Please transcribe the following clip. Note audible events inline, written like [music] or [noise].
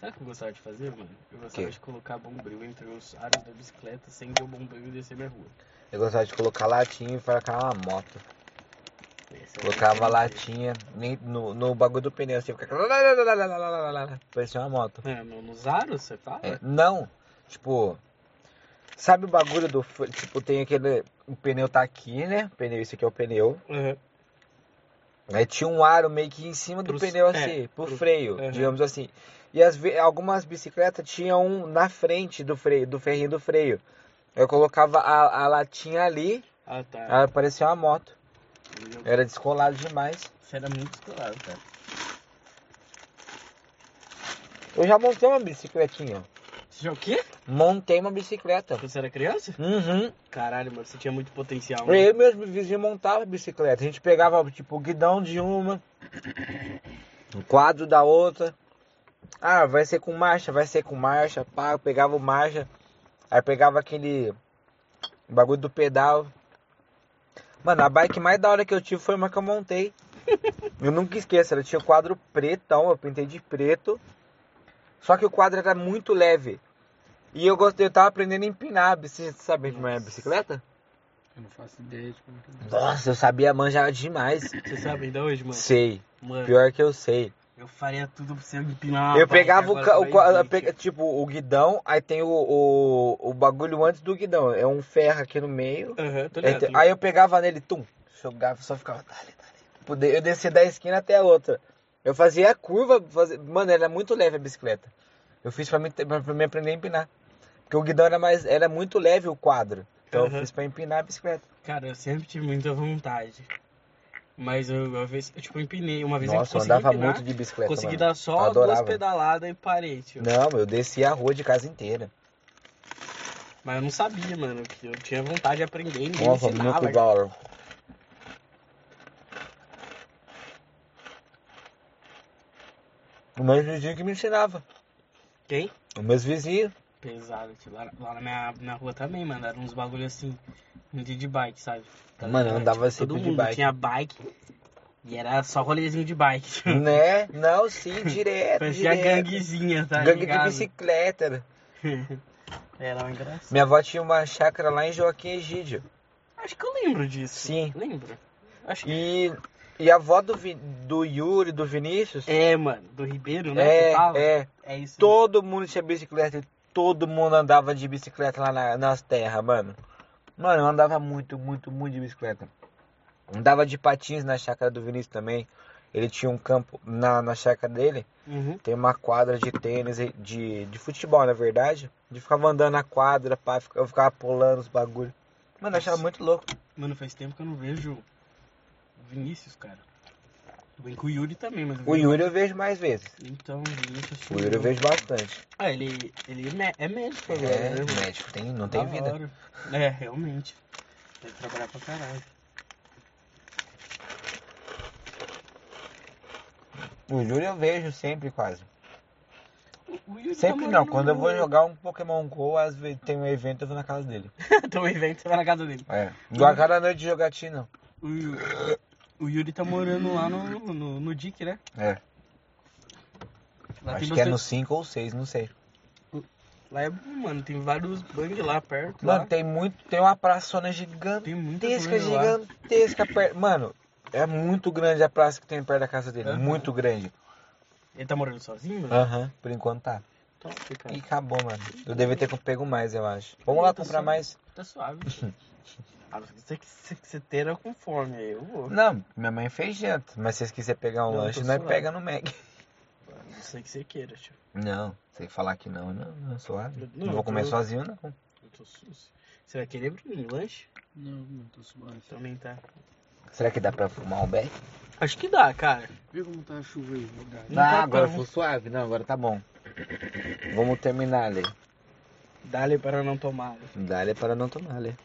Sabe o que eu gostava de fazer, mano? Eu gostava de colocar bombril entre os aros da bicicleta sem ver o bombril e descer minha rua. Eu gostava de colocar latinha e colocar uma moto. Esse era Colocava meu latinha nem no, no bagulho do pneu, assim, ficava... [laughs] Parecia uma moto. desejo. É, mano, nos aros, você fala? É, não, tipo, sabe o bagulho do. fre- Tipo, tem aquele. O pneu tá aqui, né? O Pneu, esse aqui é o pneu. Uhum. Aí tinha um aro meio que em cima do Pros- pneu, é, assim, pro pro- freio, Aham. digamos assim. E às ve- algumas bicicletas tinham um na frente do freio, do ferrinho do freio. Eu colocava a, a latinha ali, Ah, tá. ela parecia uma moto. Eu- Era descolado demais. Você era muito escolado, cara. Eu já montei uma bicicletinha. Você já é o quê? Montei uma bicicleta. Quando você era criança? Uhum. Caralho, mano, você tinha muito potencial. Eu Mano. e meus vizinhos montava bicicleta. A gente pegava, tipo, o guidão de uma, o quadro da outra. Ah, vai ser com marcha, vai ser com marcha. Pá, eu pegava o marcha. Aí pegava aquele bagulho do pedal. Mano, a bike mais da hora que eu tive foi uma que eu montei. Eu nunca esqueço, ela tinha o quadro pretão, eu pintei de preto. Só que o quadro era muito leve. E eu gostei, eu tava aprendendo a empinar a bicicleta, sabe como é a Nossa. bicicleta? Eu não faço ideia de como é que Nossa, eu sabia manjar demais. Você sabe ainda hoje, mano? Sei, Mano, pior que eu sei. eu faria tudo pra você empinar. uma eu bike pegava Ah, o, né? agora ca- o pra qua- ir, eu pega- tipo o guidão, aí tem o, o, o bagulho antes do guidão, é um ferro aqui no meio. Aham, tô Aí, ligado. tem- Então, aí eu pegava nele, tum, jogava, só ficava tá ali, tá ali. Tipo, de- Eu descia da esquina até a outra. Eu fazia a curva, fazia... mano, era muito leve a bicicleta. Eu fiz pra me, pra pra me aprender a empinar. Porque o guidão era mais era muito leve o quadro. Então Aham. eu fiz pra empinar a bicicleta. Cara, eu sempre tive muita vontade. Mas eu, uma vez, eu, tipo, empinei. Uma vez Nossa, eu eu consegui andava empinar, muito de bicicleta. consegui mano. dar Eu só duas adorava. pedaladas e parei, tio. Não, eu descia a rua de casa inteira. Mas eu não sabia, mano, que eu tinha vontade de aprender e ninguém Nossa, me ensinava. cara. muito da hora. O meu vizinho que me ensinava. Quem? O meus vizinhos. Pesado, tio. Lá, lá na minha na rua também, mano, eram uns bagulho assim, muito de bike, sabe? Tá Mano, eu ligado? andava assim Todo sempre de mundo bike. tinha bike e era só rolezinho de bike, tio. [laughs] [laughs] né? Não, [laughs] sim, direto. Parecia direto. ganguezinha, tá É. Gangue de ligado? bicicleta. [laughs] Era um engraçado. Minha avó tinha uma chácara lá em Joaquim Egídio. Acho que eu lembro disso. Sim. Lembro. Acho que... E, e a avó do, Vi- do Yuri, do Vinícius. É, mano, do Ribeiro, né? que é, fala? é. É isso. Todo mundo tinha bicicleta e todo mundo andava de bicicleta lá na- nas terras, mano. Mano, eu andava muito, muito, muito de bicicleta. Andava de patins na chácara do Vinícius também. Ele tinha um campo na, na chácara dele, Uhum. tem uma quadra de tênis, e de, de futebol, na verdade. De ficava andando na quadra, pá, fica- eu ficava pulando os bagulhos. Mano, eu achava muito louco. Mano, faz tempo que eu não vejo o Vinícius, cara. Tudo bem com o Yuri também, mas... O Yuri eu vejo mais vezes. Então, o Vinícius... O Yuri eu vejo bastante. Ah, ele, ele é mé- é médico agora, né, É, mano? médico, tem, não tem Da vida. hora. É, realmente. Tem que trabalhar pra caralho. O Yuri eu vejo sempre, quase. O- o Yuri tá Sempre não, morando quando eu vou no- jogar um Pokémon GO, às vezes tem um evento, eu vou na casa dele. [laughs] Tem um evento, você vai na casa dele. É. Hum. Igual a cada noite de jogatina. O, Yu- o Yuri tá morando lá no, no, no Dick, né? É. Lá tem Acho que é bastante- no 5 ou 6, não sei. Lá é bom, mano. Tem vários bang lá perto. Mano, lá. tem muito. Tem uma praçona gigantesca, Tem muita coisa lá. gigantesca perto. Mano, é muito grande a praça que tem perto da casa dele. Aham. Muito grande. Ele tá morando sozinho? mano? Aham, por enquanto tá. Top, cara. E acabou, mano. Eu devia ter pego mais, eu acho. Vamos lá Tá comprar só- mais. Tá suave. [laughs] A não ser que Ah, você, que você teira com fome, aí eu vou. Não, minha mãe fez janta. Mas se vocês quiserem pegar um Não, lanche, tô nós suave. pega no Mac. [laughs] A não ser que você queira, tio. Não, sei falar que não, não, não, suave. Eu- não, Não, vou eu comer tô- sozinho, não. Eu tô sus. Você vai querer Bruninho, lanche? Não, não tô suave. Também tá. Será que dá pra fumar um beck? Acho que dá, cara. Vê como tá a chuva aí, verdade. Não tá Ah, agora bom. foi suave, não, agora tá bom. Vamos terminar ali. Dá-lhe para não tomar. né? Dá-lhe para não tomar ali.